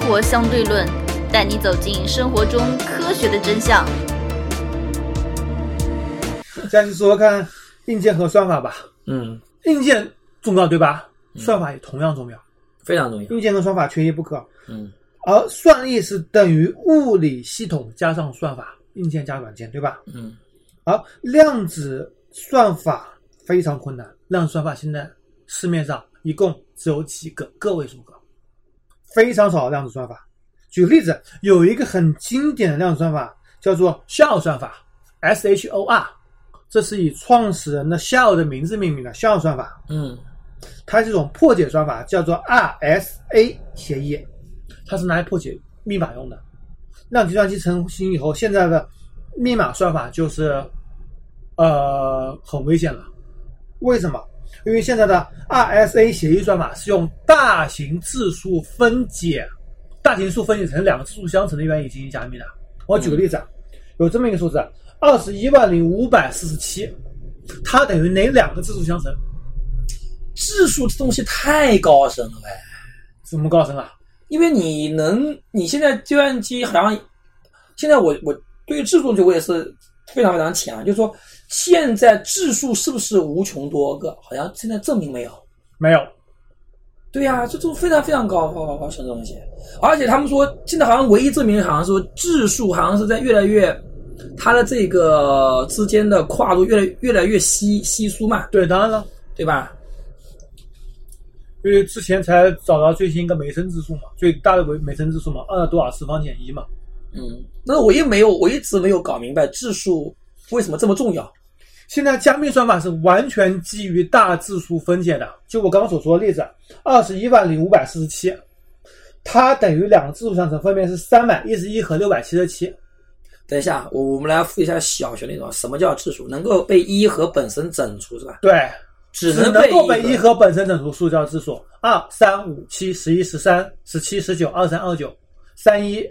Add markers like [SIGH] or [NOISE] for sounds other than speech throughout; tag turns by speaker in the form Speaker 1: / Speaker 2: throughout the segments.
Speaker 1: 活相对论》，带你走进生活中科学的真相。
Speaker 2: 下期说说看硬件和算法吧。
Speaker 3: 嗯，
Speaker 2: 硬件重要对吧？算法也同样重要，
Speaker 3: 非常重要。
Speaker 2: 硬件和算法缺一不可。
Speaker 3: 嗯，
Speaker 2: 而算力是等于物理系统加上算法，硬件加软件，对吧？
Speaker 3: 嗯，
Speaker 2: 而量子算法非常困难，量子算法现在市面上一共只有几个个位数个，非常少的量子算法。举个例子，有一个很经典的量子算法叫做 Shor 算法 （S H O R），这是以创始人的 Shor 的名字命名的 Shor 算法。
Speaker 3: 嗯，
Speaker 2: 它这种破解算法叫做 RSA 协议，它是拿来破解密码用的。让计算机成型以后，现在的密码算法就是呃很危险了。为什么？因为现在的 RSA 协议算法是用大型字数分解，大型数分解成两个字数相乘的原理进行加密的。我举个例子啊，有这么一个数字，啊二十一万零五百四十七，它等于哪两个字数相乘？
Speaker 3: 质数这东西太高深了呗，
Speaker 2: 怎么高深啊？
Speaker 3: 因为你能，你现在计算机好像，现在我我对于质数就我也是非常非常浅啊，就是说现在质数是不是无穷多个？好像现在证明没有。
Speaker 2: 没有，
Speaker 3: 对呀、这种非常非常高高高高深的东西，而且他们说现在好像唯一证明好像说质数好像是在越来越，它的这个之间的跨度越来越来越稀稀疏嘛，
Speaker 2: 对，当然了，
Speaker 3: 对吧？
Speaker 2: 因为之前才找到最新一个梅森指数嘛，最大的维梅森指数嘛，二多少次方减一嘛，
Speaker 3: 嗯，那我也没有，我一直没有搞明白质数为什么这么重要。
Speaker 2: 现在加密算法是完全基于大字数分解的，就我刚刚所说的例子，啊二十一万零五百四十七，它等于两个字数相乘，分别是三百一十一和六百七十七。
Speaker 3: 等一下，我我们来复一下小学那种什么叫质数，能够被一和本身整除是吧？
Speaker 2: 对，
Speaker 3: 只
Speaker 2: 只
Speaker 3: 能
Speaker 2: 能
Speaker 3: 被
Speaker 2: 够被一
Speaker 3: 和
Speaker 2: 和本身整除数叫字数，二三五七十一十三十七十九二三二九三一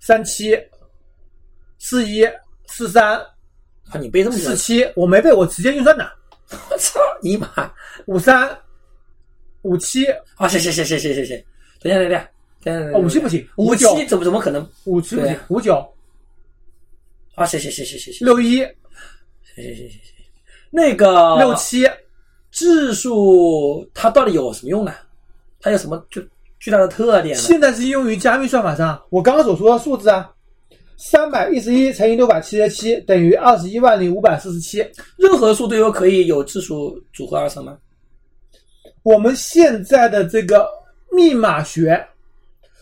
Speaker 2: 三七四一四三
Speaker 3: 啊，你背这么久
Speaker 2: 四，七，我没背，我直接运算的。
Speaker 3: 我操你妈！
Speaker 2: 五三、五七、
Speaker 3: 啊，行行行行行行行，等一下等一下等一下等一下，
Speaker 2: 哦五七不行，
Speaker 3: 五
Speaker 2: 九、
Speaker 3: 七怎么怎么可能？
Speaker 2: 五七不
Speaker 3: 对
Speaker 2: 行
Speaker 3: 啊，
Speaker 2: 五九、
Speaker 3: 啊，行行行行行行
Speaker 2: 六一、
Speaker 3: 行行行行，那个
Speaker 2: 六七，
Speaker 3: 质数它到底有什么用呢？它有什么就巨大的特点呢？
Speaker 2: 现在是应用于加密算法上。我刚刚所说的数字啊，三百一十一乘以六百七十七等于二十一万零五百四十七。
Speaker 3: 任何数都有可以有质数组合而成吗？
Speaker 2: 我们现在的这个密码学，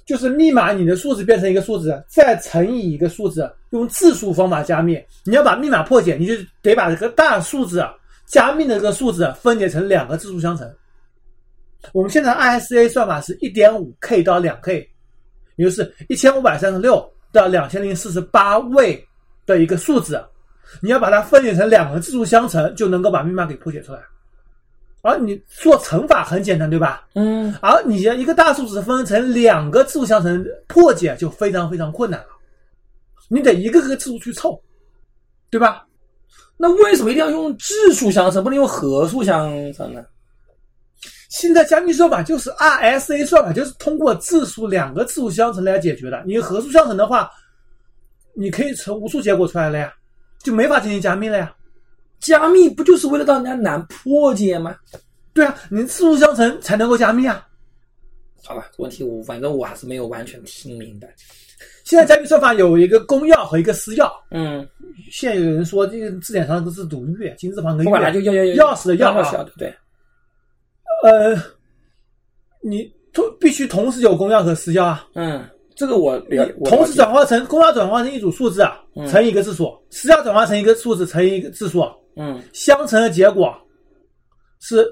Speaker 2: 就是密码你的数字变成一个数字，再乘以一个数字，用字数方法加密。你要把密码破解，你就得把这个大数字啊，加密的这个数字分解成两个字数相乘。我们现在 ISA 算法是一点五 K 到两 K，也就是一千五百三十六到两千零四十八位的一个数字，啊你要把它分解成两个字数相乘，就能够把密码给破解出来。而啊你做乘法很简单，对吧？
Speaker 3: 嗯，
Speaker 2: 而你将一个大数字分成两个字数相乘，破解就非常非常困难了。你得一个个字数去凑，对吧？
Speaker 3: 那为什么一定要用质数相乘，不能用合数相乘呢？
Speaker 2: 现在加密算法就是 RSA 算法，就是通过字数两个字数相乘来解决的。你合数相乘的话，你可以乘无数结果出来了呀，就没法进行加密了呀。
Speaker 3: 加密不就是为了让人家难破解吗？
Speaker 2: 对啊，你字数相乘才能够加密啊。
Speaker 3: 好吧，问题我反正我还是没有完全听明白。
Speaker 2: 现在加密算法有一个公钥和一个私钥，
Speaker 3: 嗯，
Speaker 2: 现在有人说这个字典上都是读月，金字旁跟
Speaker 3: 不
Speaker 2: 月，
Speaker 3: 管它就要要
Speaker 2: 钥匙的钥
Speaker 3: 钥
Speaker 2: 啊
Speaker 3: 匙啊，对不对？
Speaker 2: 呃，你同必须同时有公钥和私钥啊，
Speaker 3: 嗯，这个我了我
Speaker 2: 同时
Speaker 3: 了解
Speaker 2: 转化成公钥转化成一组数字啊，
Speaker 3: 嗯
Speaker 2: 乘以一个字数，私钥转化成一个数字乘以一个字数，啊
Speaker 3: 嗯
Speaker 2: 相乘的结果是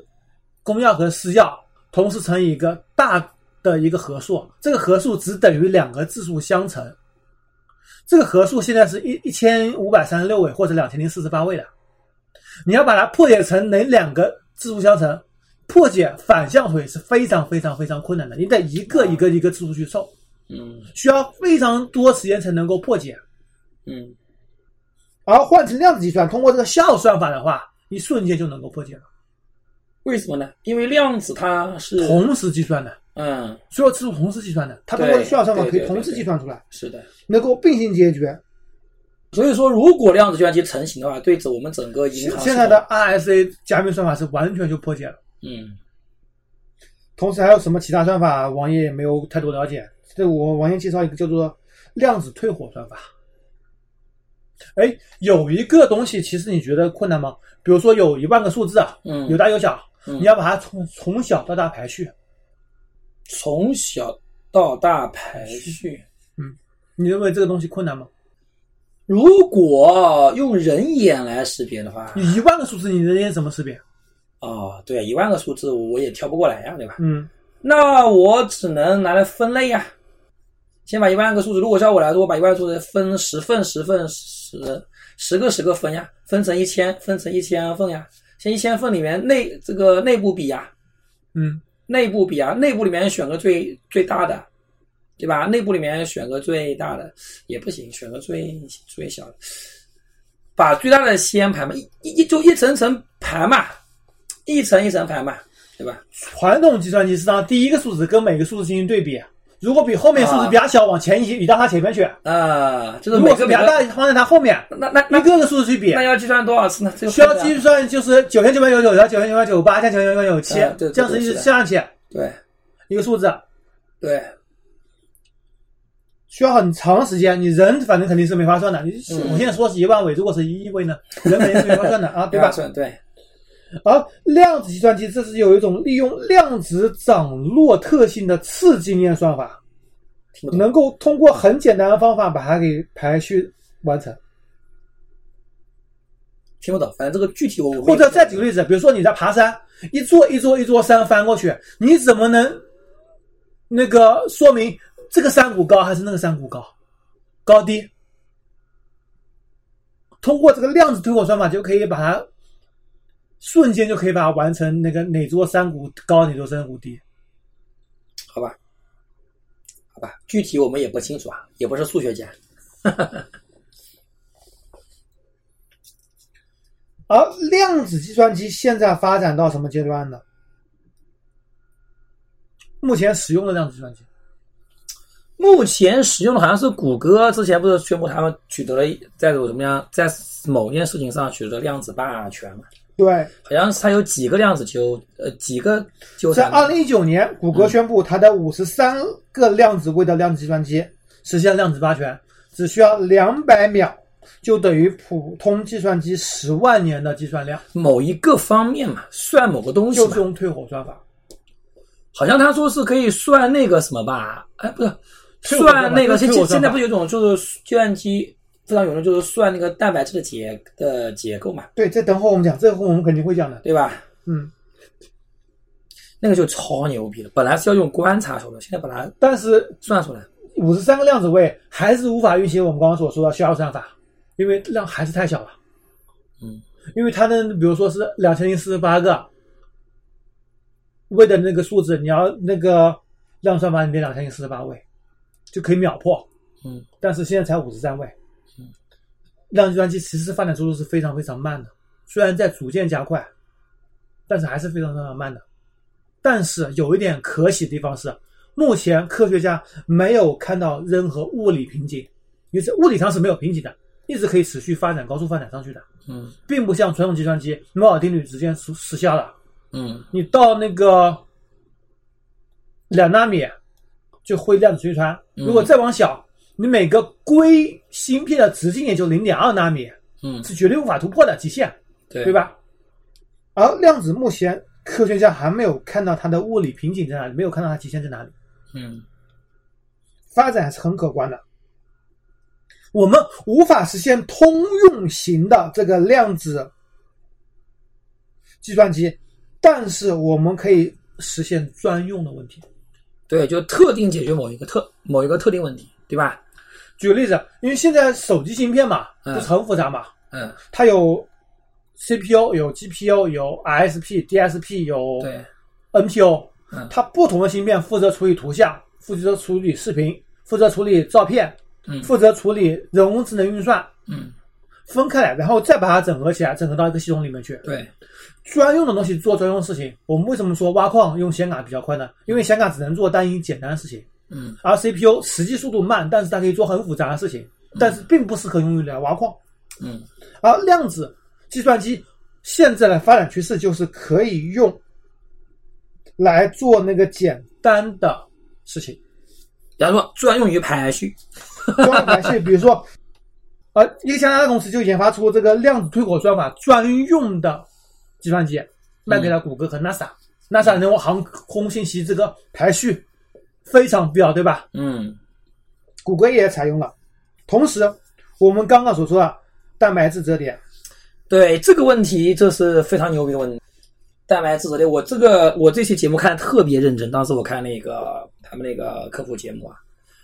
Speaker 2: 公钥和私钥同时乘以一个大的一个合数，这个合数只等于两个字数相乘。这个合数现在是一一千五百三十六位或者两千零四十八位的，你要把它破解成哪两个字数相乘，破解反向推是非常非常非常困难的，你得一个一个一个字数去凑，
Speaker 3: 嗯
Speaker 2: 需要非常多时间才能够破解。
Speaker 3: 嗯，
Speaker 2: 而换成量子计算，通过这个效算法的话，一瞬间就能够破解了。
Speaker 3: 为什么呢？因为量子它是
Speaker 2: 同时计算的，
Speaker 3: 嗯，
Speaker 2: 所有次数同时计算的，它通过
Speaker 3: 对
Speaker 2: 需要算法
Speaker 3: 对
Speaker 2: 可以
Speaker 3: 对
Speaker 2: 同时
Speaker 3: 对
Speaker 2: 计算出来，
Speaker 3: 是的。
Speaker 2: 能够并行解决。
Speaker 3: 所以说，如果量子计算机成型的话，对着我们整个银行系
Speaker 2: 现在
Speaker 3: 统
Speaker 2: 的 RSA 加密算法是完全就破解了。
Speaker 3: 嗯，
Speaker 2: 同时还有什么其他算法，王爷也没有太多了解。这我王爷介绍一个叫做量子退火算法。哎，有一个东西，其实你觉得困难吗？比如说有一万个数字啊，
Speaker 3: 嗯
Speaker 2: 有大有小，
Speaker 3: 嗯
Speaker 2: 你要把它从从小到大排序。
Speaker 3: 从小到大排序。
Speaker 2: 你认为这个东西困难吗？
Speaker 3: 如果用人眼来识别的话，啊、
Speaker 2: 你一万个数字，你能怎么识别？
Speaker 3: 哦，对，一万个数字我也挑不过来呀、对吧？
Speaker 2: 嗯，
Speaker 3: 那我只能拿来分类呀、先把一万个数字，如果照我来说，我把一万个数字分十份、十份、十十个、十个分呀，分成一千，分成一千份呀。先一千份里面内这个内部比呀，
Speaker 2: 嗯，
Speaker 3: 内部比啊，内部里面选个最最大的，对吧？内部里面选个最大的也不行，选个最最小的，把最大的先排嘛，一一就一层层排嘛，一层一层排嘛，对吧？
Speaker 2: 传统计算机是让第一个数字跟每个数字进行对比，如果比后面数字比它小，往前移，移到它前面去；
Speaker 3: 啊、就是
Speaker 2: 如
Speaker 3: 每
Speaker 2: 果
Speaker 3: 个
Speaker 2: 是比
Speaker 3: 每
Speaker 2: 它
Speaker 3: 个
Speaker 2: 大，放在它后面，
Speaker 3: 那那
Speaker 2: 一
Speaker 3: 那
Speaker 2: 个个数字去比
Speaker 3: 那。要计算多少次呢？这个
Speaker 2: 需要
Speaker 3: 分
Speaker 2: 计
Speaker 3: 啊
Speaker 2: 算就是九千九百九十九加九千九百九十八加九千九百九十七
Speaker 3: 嗯对，对
Speaker 2: 这样子
Speaker 3: 对
Speaker 2: 一直
Speaker 3: 是的
Speaker 2: 下去
Speaker 3: 对
Speaker 2: 一个数字，
Speaker 3: 对，
Speaker 2: 啊需要很长时间。你人反正肯定是没法算的，你
Speaker 3: 嗯
Speaker 2: 我现在说是一万尾，如果是一亿
Speaker 3: [LAUGHS]
Speaker 2: 位呢，人肯定是没法算的啊，对
Speaker 3: 对吧？
Speaker 2: 吧？
Speaker 3: 算对，
Speaker 2: 而量子计算机这是有一种利用量子涨落特性的次经验算法，
Speaker 3: 听不懂。
Speaker 2: 能够通过很简单的方法把它给排序完成。
Speaker 3: 听不懂，反正这个具体我我
Speaker 2: 或者再举个例子，比如说你在爬山，一座一座一座山翻过去，你怎么能那个说明这个山谷高还是那个山谷高，高低？通过这个量子推火算法就可以把它瞬间就可以把它完成那个哪座山谷高哪座山谷低。
Speaker 3: 好吧，好吧，具体我们也不清楚啊，也不是数学家。
Speaker 2: 而量子计算机现在发展到什么阶段呢？目前使用的量子计算机，
Speaker 3: 目前使用的好像是谷歌，之前不是宣布他们取得了一在怎么样，在某件事情上取得了量子霸权嘛？
Speaker 2: 对，
Speaker 3: 好像是它有几个量子纠，呃，几个纠
Speaker 2: 在
Speaker 3: 缠。
Speaker 2: 二零一九年，谷歌宣布它的五十三个量子位的量子计算机实现量子霸权，只需要两百秒，就等于普通计算机十万年的计算量，
Speaker 3: 某一个方面嘛，算某个东西
Speaker 2: 就
Speaker 3: 嘛
Speaker 2: 是。用退火算法。
Speaker 3: 好像他说是可以算那个什么吧？哎，不是，
Speaker 2: 退火算法
Speaker 3: 算那个
Speaker 2: 退
Speaker 3: 现
Speaker 2: 火
Speaker 3: 现
Speaker 2: 算
Speaker 3: 现在
Speaker 2: 法
Speaker 3: 不是有一种就是计算机非常有用，就是算那个蛋白质的结的结构嘛，
Speaker 2: 对，这等会儿我们讲，这个我们肯定会讲的。
Speaker 3: 对吧？
Speaker 2: 嗯，
Speaker 3: 那个就超牛逼了。本来是要用观察手段，现在把它
Speaker 2: 但是
Speaker 3: 算出来。
Speaker 2: 五十三个量子位还是无法运行我们刚刚所说的需要算法，因为量还是太小了。
Speaker 3: 嗯，
Speaker 2: 因为它的比如说是两千零四十八个位的那个数字，你要那个量算法里面两千零四十八位就可以秒破。
Speaker 3: 嗯，
Speaker 2: 但是现在才五十三位
Speaker 3: 嗯。
Speaker 2: 量计算机其实发展速度是非常非常慢的，虽然在逐渐加快，但是还是非常非常慢的。但是有一点可喜的地方是，目前科学家没有看到任何物理瓶颈，因为这物理上是没有瓶颈的，一直可以持续发展、高速发展上去的。
Speaker 3: 嗯
Speaker 2: 并不像传统计算机摩尔定律直接实实效了。
Speaker 3: 嗯
Speaker 2: 你到那个两纳米就会量子随传，
Speaker 3: 嗯
Speaker 2: 如果再往小，你每个硅芯片的直径也就零点二纳米，
Speaker 3: 嗯，
Speaker 2: 是绝对无法突破的极限，
Speaker 3: 对
Speaker 2: 对？吧？而量子目前科学家还没有看到它的物理瓶颈在哪里，没有看到它极限在哪里，
Speaker 3: 嗯
Speaker 2: 发展还是很可观的。我们无法实现通用型的这个量子计算机，但是我们可以实现专用的问题。
Speaker 3: 对，就特定解决某一个特某一个特定问题，对吧？
Speaker 2: 举个例子，因为现在手机芯片嘛，
Speaker 3: 嗯
Speaker 2: 不是很复杂嘛，
Speaker 3: 嗯，
Speaker 2: 它有 CPU、有 GPU、有 ISP、DSP、有
Speaker 3: 对，
Speaker 2: NPU，
Speaker 3: 嗯
Speaker 2: 它不同的芯片负责处理图像，负责处理视频，负责处理照片，
Speaker 3: 嗯
Speaker 2: 负责处理人工智能运算，
Speaker 3: 嗯
Speaker 2: 分开来，然后再把它整合起来，整合到一个系统里面去。
Speaker 3: 对，
Speaker 2: 专用的东西做专用的事情。我们为什么说挖矿用显卡比较快呢？因为显卡只能做单一简单的事情，
Speaker 3: 嗯，
Speaker 2: 而 CPU 实际速度慢，但是它可以做很复杂的事情，但是并不适合用于来挖矿。
Speaker 3: 嗯，
Speaker 2: 而量子计算机现在的发展趋势就是可以用来做那个简单的事情。
Speaker 3: 比方说专用于排序，
Speaker 2: 专门是比如说，呃，一个加拿大公司就研发出这个量子推广算法专用的计算机，卖给了谷歌和 NASA。NASA 能用航空信息这个排序非常必要，对吧？
Speaker 3: 嗯
Speaker 2: 谷歌也采用了。同时，我们刚刚所说的蛋白质折叠，，
Speaker 3: 对这个问题，这是非常牛逼的问题。蛋白质折叠，我这个我这期节目看的特别认真。当时我看那个他们那个科普节目啊，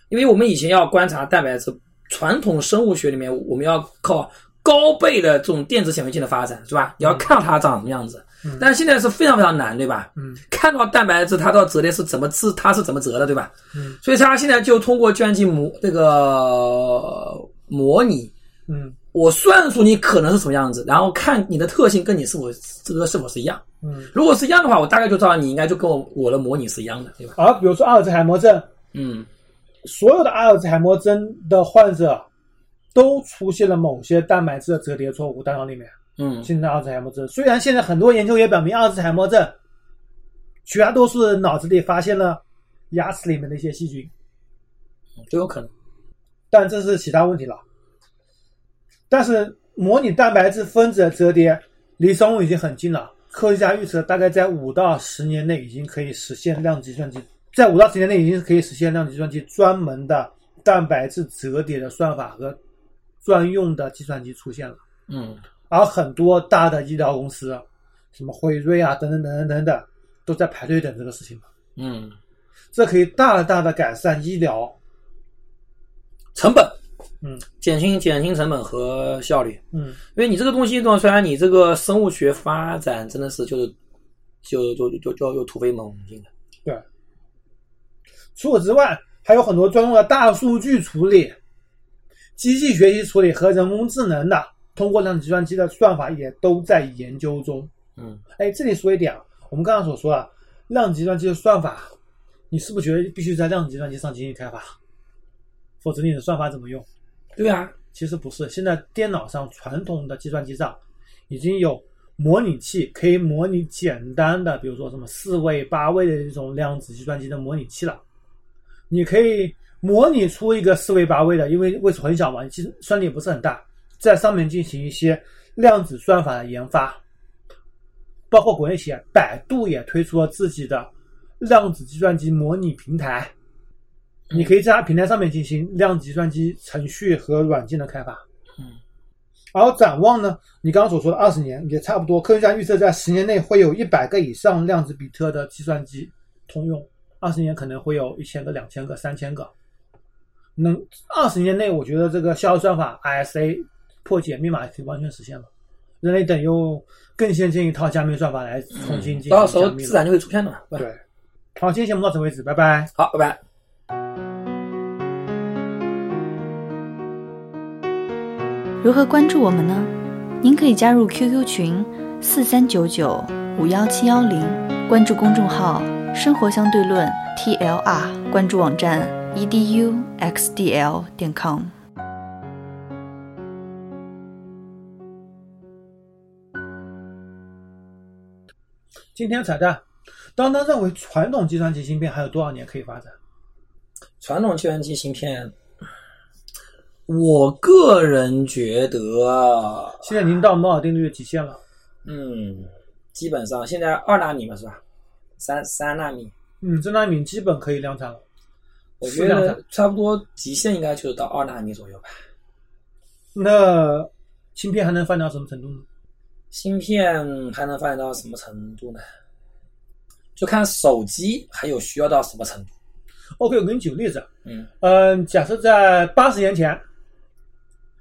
Speaker 3: 因为我们以前要观察蛋白质，传统生物学里面我们要靠高倍的这种电子显微镜的发展，是吧？你要看到它长什么样子，
Speaker 2: 嗯
Speaker 3: 但是现在是非常非常难，对吧？
Speaker 2: 嗯，
Speaker 3: 看到蛋白质它到折叠是怎么自它是怎么折的，对吧？
Speaker 2: 嗯，
Speaker 3: 所以它现在就通过计算机模这个模拟，
Speaker 2: 嗯
Speaker 3: 我算出你可能是什么样子，然后看你的特性跟你是否这个是否是一样。
Speaker 2: 嗯。
Speaker 3: 如果是一样的话，我大概就知道你应该就跟我我的模拟是一样的，对吧？
Speaker 2: 而比如说阿尔兹海默症，
Speaker 3: 嗯，
Speaker 2: 所有的阿尔兹海默症的患者都出现了某些蛋白质的折叠错误，大脑里面。
Speaker 3: 嗯，
Speaker 2: 现在阿尔兹海默症。虽然现在很多研究也表明阿尔兹海默症，绝大多数人脑子里发现了牙齿里面的一些细菌，
Speaker 3: 都有可能。
Speaker 2: 但这是其他问题了。但是模拟蛋白质分子的折叠离生物已经很近了，科学家预测大概在五到十年内已经可以实现量子计算机，在五到十年内已经可以实现量子计算机专门的蛋白质折叠的算法和专用的计算机出现了。
Speaker 3: 嗯，
Speaker 2: 而很多大的医疗公司，啊什么辉瑞啊等等等等等等，都在排队等这个事情嘛。
Speaker 3: 嗯，
Speaker 2: 这可以大大的改善医疗，
Speaker 3: 成本，
Speaker 2: 嗯，
Speaker 3: 减轻减轻成本和效率。
Speaker 2: 嗯
Speaker 3: 因为你这个东西的话，虽然你这个生物学发展真的是就是就就就就就就突飞猛进的。
Speaker 2: 对。除此之外，还有很多专用的大数据处理、机器学习处理和人工智能的，通过量子计算机的算法也都在研究中。
Speaker 3: 嗯
Speaker 2: 哎，这里说一点啊，我们刚刚所说啊，量子计算机的算法，你是不是觉得必须在量子计算机上进行开发，否则你的算法怎么用？
Speaker 3: 对啊，
Speaker 2: 其实不是，现在电脑上传统的计算机上已经有模拟器，可以模拟简单的，比如说什么四位、八位的这种量子计算机的模拟器了。你可以模拟出一个四位、八位的，因为位置很小嘛，计算力也不是很大，在上面进行一些量子算法的研发。包括国内企业，百度也推出了自己的量子计算机模拟平台。你可以在它平台上面进行量子计算机程序和软件的开发。
Speaker 3: 嗯，
Speaker 2: 然后展望呢，你刚刚所说的二十年也差不多，科学家预测在十年内会有一百个以上量子比特的计算机通用，二十年可能会有一千个、两千个、三千个。能二十年内，我觉得这个逍遥算法 ISA 破解密码可以完全实现了。人类等用更先进一套加密算法来重新进行
Speaker 3: 嗯到时候
Speaker 2: 加密了
Speaker 3: 自然就会出现的嘛。对吧
Speaker 2: 对。好，今天节目到此为止，拜拜。
Speaker 3: 好，拜拜。
Speaker 1: 如何关注我们呢？您可以加入 QQ 群四三九九五幺七幺零，关注公众号“生活相对论 ”TLR，关注网站 E eduxdl 点 com。
Speaker 2: 今天彩蛋，当当认为传统计算机芯片还有多少年可以发展？
Speaker 3: 传统计算机芯片，我个人觉得，
Speaker 2: 现在已经到摩尔定律的极限了。
Speaker 3: 嗯，基本上现在二纳米嘛，是吧？三三纳米，
Speaker 2: 嗯，这纳米基本可以量产了。
Speaker 3: 我
Speaker 2: 是
Speaker 3: 觉
Speaker 2: 量产
Speaker 3: 得差不多极限应该就是到二纳米左右吧。
Speaker 2: 那芯片还能发展到什么程度呢？
Speaker 3: 芯片还能发展到什么程度呢？就看手机还有需要到什么程度。
Speaker 2: 哦 OK，我给你举个例子，
Speaker 3: 嗯
Speaker 2: 嗯，假设在八十年前，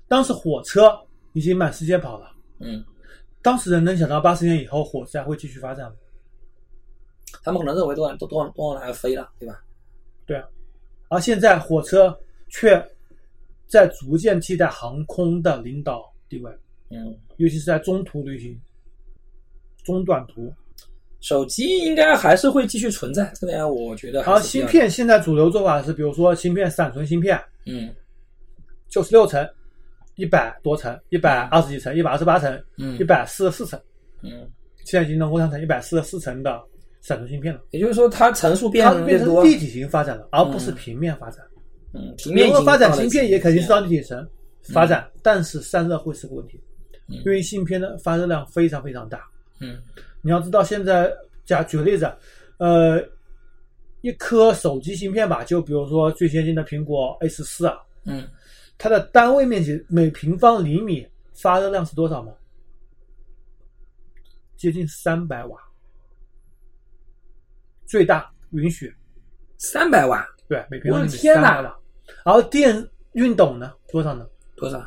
Speaker 2: 当时火车已经满世界跑了，
Speaker 3: 嗯，
Speaker 2: 当时人能想到八十年以后火车还会继续发展吗？
Speaker 3: 他们可能认为都往都都往都往哪飞了，对吧？
Speaker 2: 对啊，而现在火车却在逐渐替代航空的领导地位，
Speaker 3: 嗯，
Speaker 2: 尤其是在中途旅行、中短途。
Speaker 3: 手机应该还是会继续存在，这点我觉得还
Speaker 2: 然后
Speaker 3: 是必
Speaker 2: 芯
Speaker 3: 要的，
Speaker 2: 片现在主流做法是，比如说芯片闪存芯片，
Speaker 3: 嗯
Speaker 2: 九十六层、一百多层、一百二十几层、一百二十八层、
Speaker 3: 嗯
Speaker 2: 一百四十四层，
Speaker 3: 嗯，
Speaker 2: 现在已经能够上成一百四十四层的闪存芯片了。
Speaker 3: 也就是说它层数变
Speaker 2: 它
Speaker 3: 越
Speaker 2: 变成
Speaker 3: 多，
Speaker 2: 立体型发展了，而不是平面发展。
Speaker 3: 嗯，平面
Speaker 2: 如
Speaker 3: 已
Speaker 2: 果
Speaker 3: 经
Speaker 2: 发展
Speaker 3: 放在
Speaker 2: 芯
Speaker 3: 这
Speaker 2: 片
Speaker 3: 里
Speaker 2: 也肯定是
Speaker 3: 面
Speaker 2: 到立体层发展，但是散热会是个问题，
Speaker 3: 嗯
Speaker 2: 因为芯片的发热量非常非常大。
Speaker 3: 嗯
Speaker 2: 你要知道，现在假举个例子，呃，一颗手机芯片吧，就比如说最先进的苹果 A 十四啊，
Speaker 3: 嗯，
Speaker 2: 它的单位面积每平方厘米发热量是多少吗？接近三百瓦，最大允许
Speaker 3: 三百万
Speaker 2: 对每平
Speaker 3: 我
Speaker 2: 方
Speaker 3: 的
Speaker 2: 厘米
Speaker 3: 天
Speaker 2: 300
Speaker 3: 哪
Speaker 2: 瓦。然后电运动呢多少呢？
Speaker 3: 多少？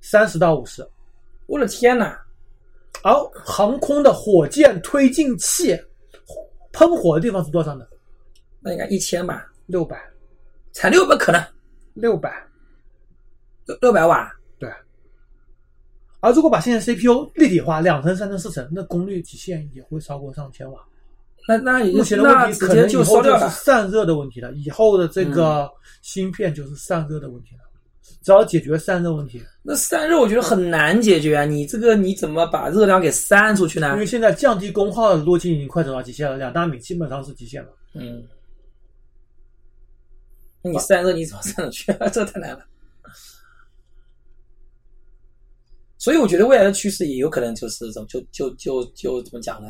Speaker 2: 三十到五十。
Speaker 3: 我的天呐！
Speaker 2: 而航空的火箭推进器喷火的地方是多少呢？
Speaker 3: 那应该一千吧？
Speaker 2: 六百，
Speaker 3: 才六百可能
Speaker 2: 六百。
Speaker 3: 六六百瓦，
Speaker 2: 对。而如果把现在 CPU 立体化，两层、三层、四层，那功率极限也会超过上千瓦。
Speaker 3: 那那也
Speaker 2: 目
Speaker 3: 就是
Speaker 2: 前的问
Speaker 3: 那
Speaker 2: 题
Speaker 3: 直
Speaker 2: 可
Speaker 3: 接
Speaker 2: 能以
Speaker 3: 就
Speaker 2: 后
Speaker 3: 烧掉
Speaker 2: 就是
Speaker 3: 了。嗯
Speaker 2: 散热的问题了，以后的这个芯片就是散热的问题了。只要解决散热问题，
Speaker 3: 那散热我觉得很难解决啊！你这个你怎么把热量给散出去呢
Speaker 2: 因？为现在降低功耗的路径已经快走到极限了，两纳米基本上是极限了。
Speaker 3: 嗯，那你散热你怎么散得去？ [LAUGHS] 这太难了。所以我觉得未来的趋势也有可能就是这种，就就就就怎么讲呢？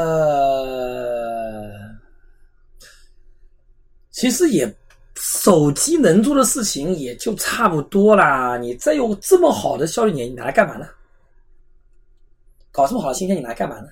Speaker 3: 呃，其实也手机能做的事情也就差不多啦。你再有这么好的效率，你拿来干嘛呢？搞这么好的芯片，你拿来干嘛呢？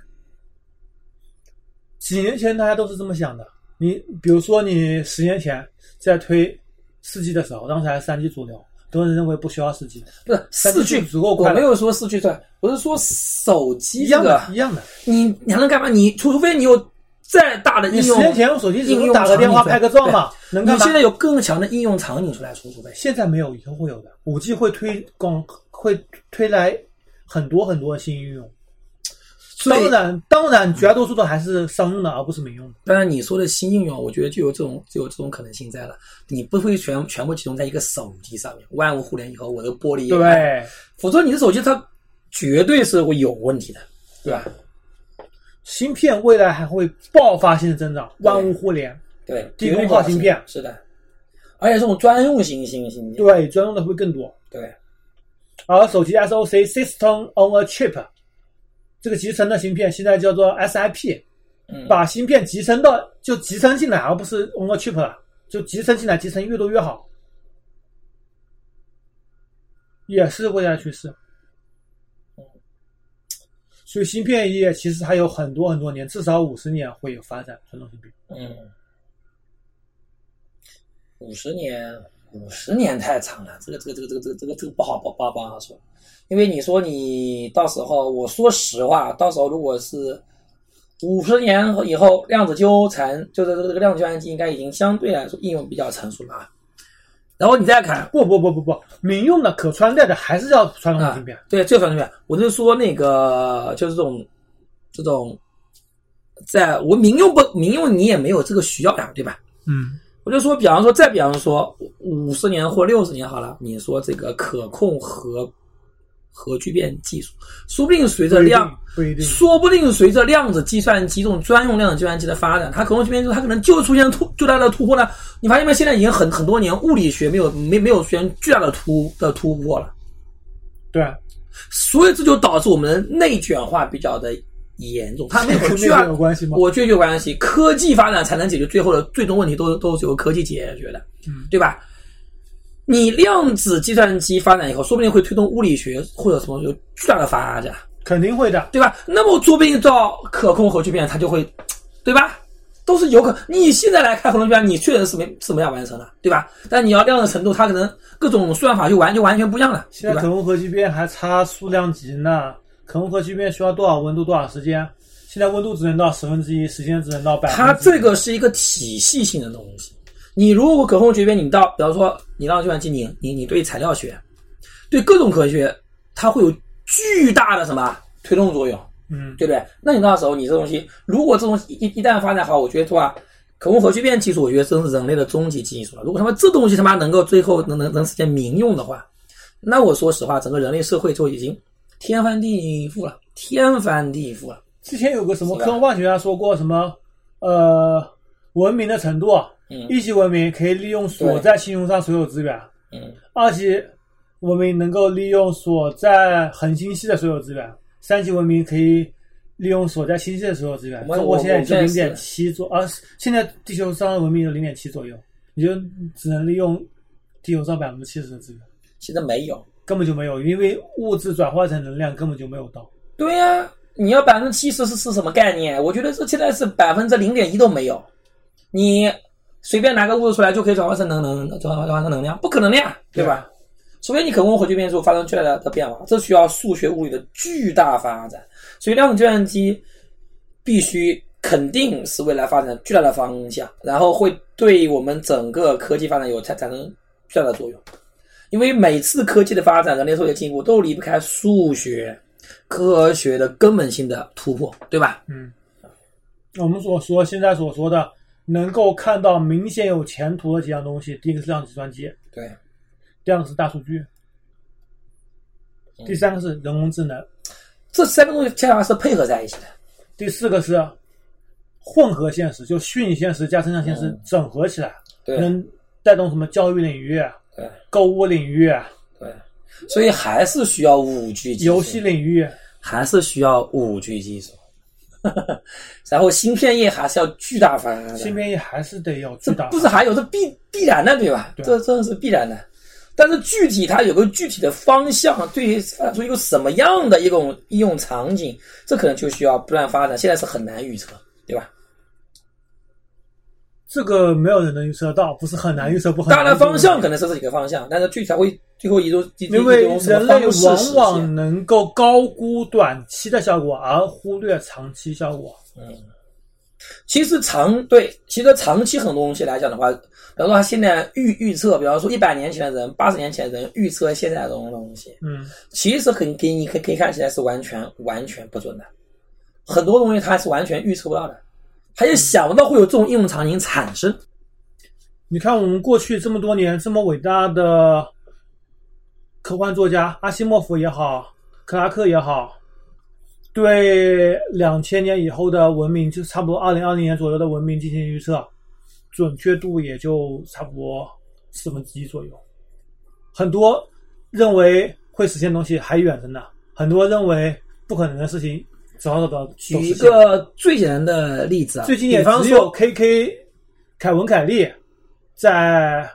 Speaker 2: 几年前大家都是这么想的。你比如说，你十年前在推四 G 的时候，当时还是三 G 主流，很多人认为不需要四 G，
Speaker 3: 不是
Speaker 2: 三
Speaker 3: 四 G
Speaker 2: 句足够
Speaker 3: 我
Speaker 2: 快
Speaker 3: 没
Speaker 2: 了，
Speaker 3: 有说四 G 算，我是说手机
Speaker 2: 一
Speaker 3: 这
Speaker 2: 样
Speaker 3: 个
Speaker 2: 的，，一样的。
Speaker 3: 你你还能干嘛？你除非你有再大的
Speaker 2: 你
Speaker 3: 应
Speaker 2: 十
Speaker 3: 用，
Speaker 2: 年前用手机只
Speaker 3: 应
Speaker 2: 能
Speaker 3: 用
Speaker 2: 打个电话、
Speaker 3: 场景
Speaker 2: 拍个照嘛，能
Speaker 3: 你
Speaker 2: 干嘛？
Speaker 3: 现在有更强的应用场景出来，除除非
Speaker 2: 现在没有，以后会有的。五 G 会推广，会推来很多很多新应用。
Speaker 3: 所
Speaker 2: 当
Speaker 3: 以
Speaker 2: 然，当然，绝大多数的还是商用的，而不是民用的。
Speaker 3: 当然你说的新应用，我觉得就有这种就有这种可能性在了。你不会全全部集中在一个手机上面，万物互联以后，我的玻璃也爱，
Speaker 2: 对，
Speaker 3: 否则你的手机它绝对是会有问题的，对吧？
Speaker 2: 芯片未来还会爆发性的增长，
Speaker 3: 对
Speaker 2: 万物互联。
Speaker 3: 对，
Speaker 2: 低功耗芯片
Speaker 3: 是的，而且这种专用型芯芯片，
Speaker 2: 对，专用的会更多。
Speaker 3: 对，
Speaker 2: 而手机 SOC System on a Chip 这个集成的芯片，现在叫做 SIP，
Speaker 3: 嗯，
Speaker 2: 把芯片集成到就集成进来，而不是 on a chip 了，就集成进来，集成越多越好，也是未来趋势。所以芯片业其实还有很多很多年，至少五十年会有发展。传统芯片，
Speaker 3: 嗯，五十年，五十年太长了，这个这个这个这个这个这个这个不好不不不好说，因为你说你到时候，我说实话，到时候如果是五十年以后，量子纠缠就是这个量子纠缠机应该已经相对来说应用比较成熟了啊。然后你再看
Speaker 2: 不不不不不，民用的可穿戴的还是要传统芯片。
Speaker 3: 对，最反对面，我是说那个就是这种这种，在我民用不民用你也没有这个需要呀，对吧？
Speaker 2: 嗯，
Speaker 3: 我就说，比方说，再比方说，五十年或六十年好了，你说这个可控核核聚变技术，说不定随着量，
Speaker 2: 不一定，
Speaker 3: 说不定随着量子计算机这种专用量子计算机的发展，它可控聚变技术它可能就出现突巨大的突破了。你发现没有？现在已经很很多年物理学没有没没有出现巨大的突的突破了，
Speaker 2: 对，啊
Speaker 3: 所以这就导致我们的内卷化比较的严重，它没
Speaker 2: [LAUGHS]
Speaker 3: 有
Speaker 2: 跟
Speaker 3: 巨
Speaker 2: 那
Speaker 3: 大
Speaker 2: 个有关系吗？
Speaker 3: 我觉得有关系，科技发展才能解决最后的最终问题都，都是由科技解决的，
Speaker 2: 嗯
Speaker 3: 对吧？你量子计算机发展以后，说不定会推动物理学或者什么有巨大的发展，
Speaker 2: 肯定会的。
Speaker 3: 对吧？那么说不定到可控核聚变，它就会，对吧？都是有可。你现在来看可控聚变，你确实是没是没法完成的，对吧？但你要量的程度，它可能各种算法就完就完全不一样了，
Speaker 2: 现
Speaker 3: 对
Speaker 2: 在
Speaker 3: 吧
Speaker 2: 可？控核聚变还差数量级呢，可控核聚变需要多少温度多少时间？现在温度只能到十分之一，时间只能到百分之一。
Speaker 3: 它这个是一个体系性的东西。你如果可控聚变，你到比方说你让计算机，你你你对材料学，对各种科学，它会有巨大的什么推动作用，
Speaker 2: 嗯，
Speaker 3: 对不对？那你到时候你这东西，如果这东西一一旦发展好，我觉得话，可控核聚变技术，我觉得真是人类的终极技术了。如果他妈这东西他妈能够最后能能能实现民用的话，那我说实话，整个人类社会就已经天翻地覆了，天翻地覆了。
Speaker 2: 之前有个什么
Speaker 3: 是吧
Speaker 2: 科幻学家说过什么，呃，文明的程度，啊，
Speaker 3: 嗯
Speaker 2: 一级文明可以利用所
Speaker 3: 对
Speaker 2: 在星球上所有资源，
Speaker 3: 嗯，
Speaker 2: 二级文明能够利用所在恒星系的所有资源，三级文明可以利用所在星系的所有资源。
Speaker 3: 我
Speaker 2: 中国现在
Speaker 3: 我
Speaker 2: 就
Speaker 3: 我
Speaker 2: 零点七左，啊，现在地球上的文明有零点七左右，你就只能利用地球上百分之七十的资源，
Speaker 3: 现在没有。
Speaker 2: 根本就没有，因为物质转化成能量根本就没有到。
Speaker 3: 对呀、你要百分之七十是是什么概念？我觉得这现在是百分之零点一都没有，你随便拿个物质出来就可以转化成能能转化转化成能量，不可能的呀，对吧？除非你可控核聚变术发生巨大的变化，这需要数学物理的巨大发展，所以量子计算机必须肯定是未来发展巨大的方向，然后会对我们整个科技发展有产产生巨大的作用，因为每次科技的发展、人类社会的进步都离不开数学。科学的根本性的突破，对吧？
Speaker 2: 嗯，我们所说现在所说的能够看到明显有前途的几样东西，第一个是量子计算机，
Speaker 3: 对，
Speaker 2: 第二个是大数据，
Speaker 3: 嗯
Speaker 2: 第三个是人工智能。
Speaker 3: 这三个东西恰恰是配合在一起的。
Speaker 2: 第四个是啊混合现实，就虚拟现实加真相现实
Speaker 3: 嗯
Speaker 2: 整合起来，
Speaker 3: 对
Speaker 2: 能带动什么教育领域、啊
Speaker 3: 对
Speaker 2: 购物领域、啊
Speaker 3: 对，所以还是需要五 G 技术，
Speaker 2: 游戏领域。
Speaker 3: 还是需要五 G 技 [LAUGHS] 术。然后芯片业还是要巨大发展的，
Speaker 2: 芯片业还是得有
Speaker 3: 这
Speaker 2: 巨大
Speaker 3: 不是还有这必必然的，对吧？
Speaker 2: 对
Speaker 3: 这真的是必然的。但是具体它有个具体的方向，对于发展出一个什么样的一种应用场景，这可能就需要不断发展，现在是很难预测，对吧？
Speaker 2: 这个没有人能预测到，不是很难预测，不很
Speaker 3: 当
Speaker 2: 难。
Speaker 3: 然方向，可能是这几个方向，但是具体它会最后一种一
Speaker 2: 因为
Speaker 3: 种什么
Speaker 2: 人类
Speaker 3: 方式实
Speaker 2: 往
Speaker 3: 现
Speaker 2: 往能够高估短期的效果，而忽略长期效果。
Speaker 3: 其实长对，其实长期很多东西来讲的话，比方说他现在预预测，比方说一百年前的人、八十年前的人预测现在的东西，
Speaker 2: 嗯，
Speaker 3: 其实很给你可以可以看起来是完全完全不准的，很多东西它是完全预测不到的，他也想不到会有这种应用场景产生。
Speaker 2: 你看我们过去这么多年这么伟大的科幻作家阿西莫夫也好，克拉克也好，对两千年以后的文明，就差不多二零二零年左右的文明进行预测，准确度也就差不多四分之一左右。很多认为会实现的东西还远着呢，很多认为不可能的事情早早的
Speaker 3: 举一个最简单的例子啊，
Speaker 2: 最近也
Speaker 3: 比方
Speaker 2: 只有
Speaker 3: 说
Speaker 2: KK 凯文凯利在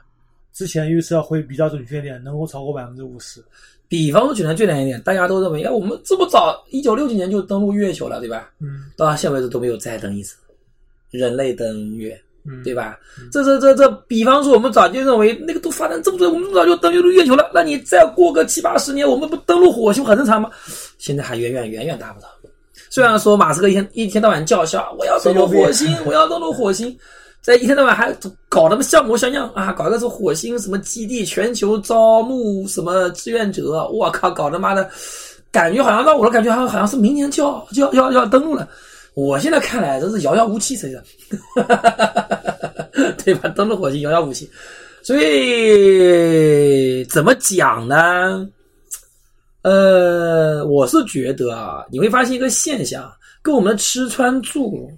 Speaker 2: 之前预测会比较准确一点，能够超过百分之五十。
Speaker 3: 比方说举得最难一点，大家都认为，哎，我们这么早，一九六几年就登陆月球了，对吧？
Speaker 2: 嗯
Speaker 3: 到现在为止都没有再登一次，人类登月，
Speaker 2: 嗯，
Speaker 3: 对吧？这这这这，比方说我们早就认为那个都发展这么多，我们这么早就登陆月球了，那你再过个七八十年，我们不登陆火星很正常吗？现在还远远远远达不到。虽然说马斯克一天一天到晚叫嚣我要登陆火星，我要登陆火星，在一天到晚还搞什么像模像样啊，搞个什么火星什么基地，全球招募什么志愿者，我靠，搞他妈的，感觉好像让我的感觉好像好像是明年就要就要要要登陆了。我现在看来真是遥遥无期，真的， [LAUGHS] 对吧？登陆火星遥遥无期，所以怎么讲呢？呃，我是觉得啊，你会发现一个现象，跟我们的吃穿住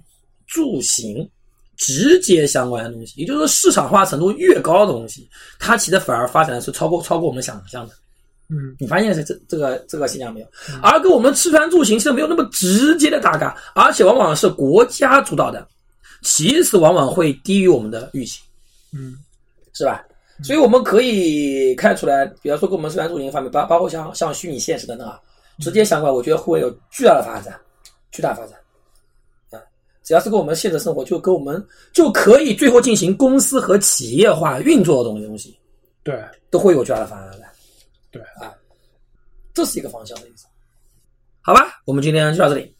Speaker 3: 住行直接相关的东西，也就是说，市场化程度越高的东西，它其实反而发展的是超过超过我们想象的。
Speaker 2: 嗯，
Speaker 3: 你发现这这这个这个现象没有？而跟我们吃穿住行其实没有那么直接的搭嘎，而且往往是国家主导的，其实往往会低于我们的预期。
Speaker 2: 嗯，
Speaker 3: 是吧？所以我们可以看出来，比方说跟我们虽然住行方面，包包括像像虚拟现实等等啊，直接相关，我觉得会有巨大的发展，巨大发展。啊，只要是跟我们现实生活，就跟我们就可以最后进行公司和企业化运作的东西东西，
Speaker 2: 对，
Speaker 3: 都会有巨大的发展的。
Speaker 2: 对
Speaker 3: 啊，这是一个方向的意思，好吧？我们今天就到这里。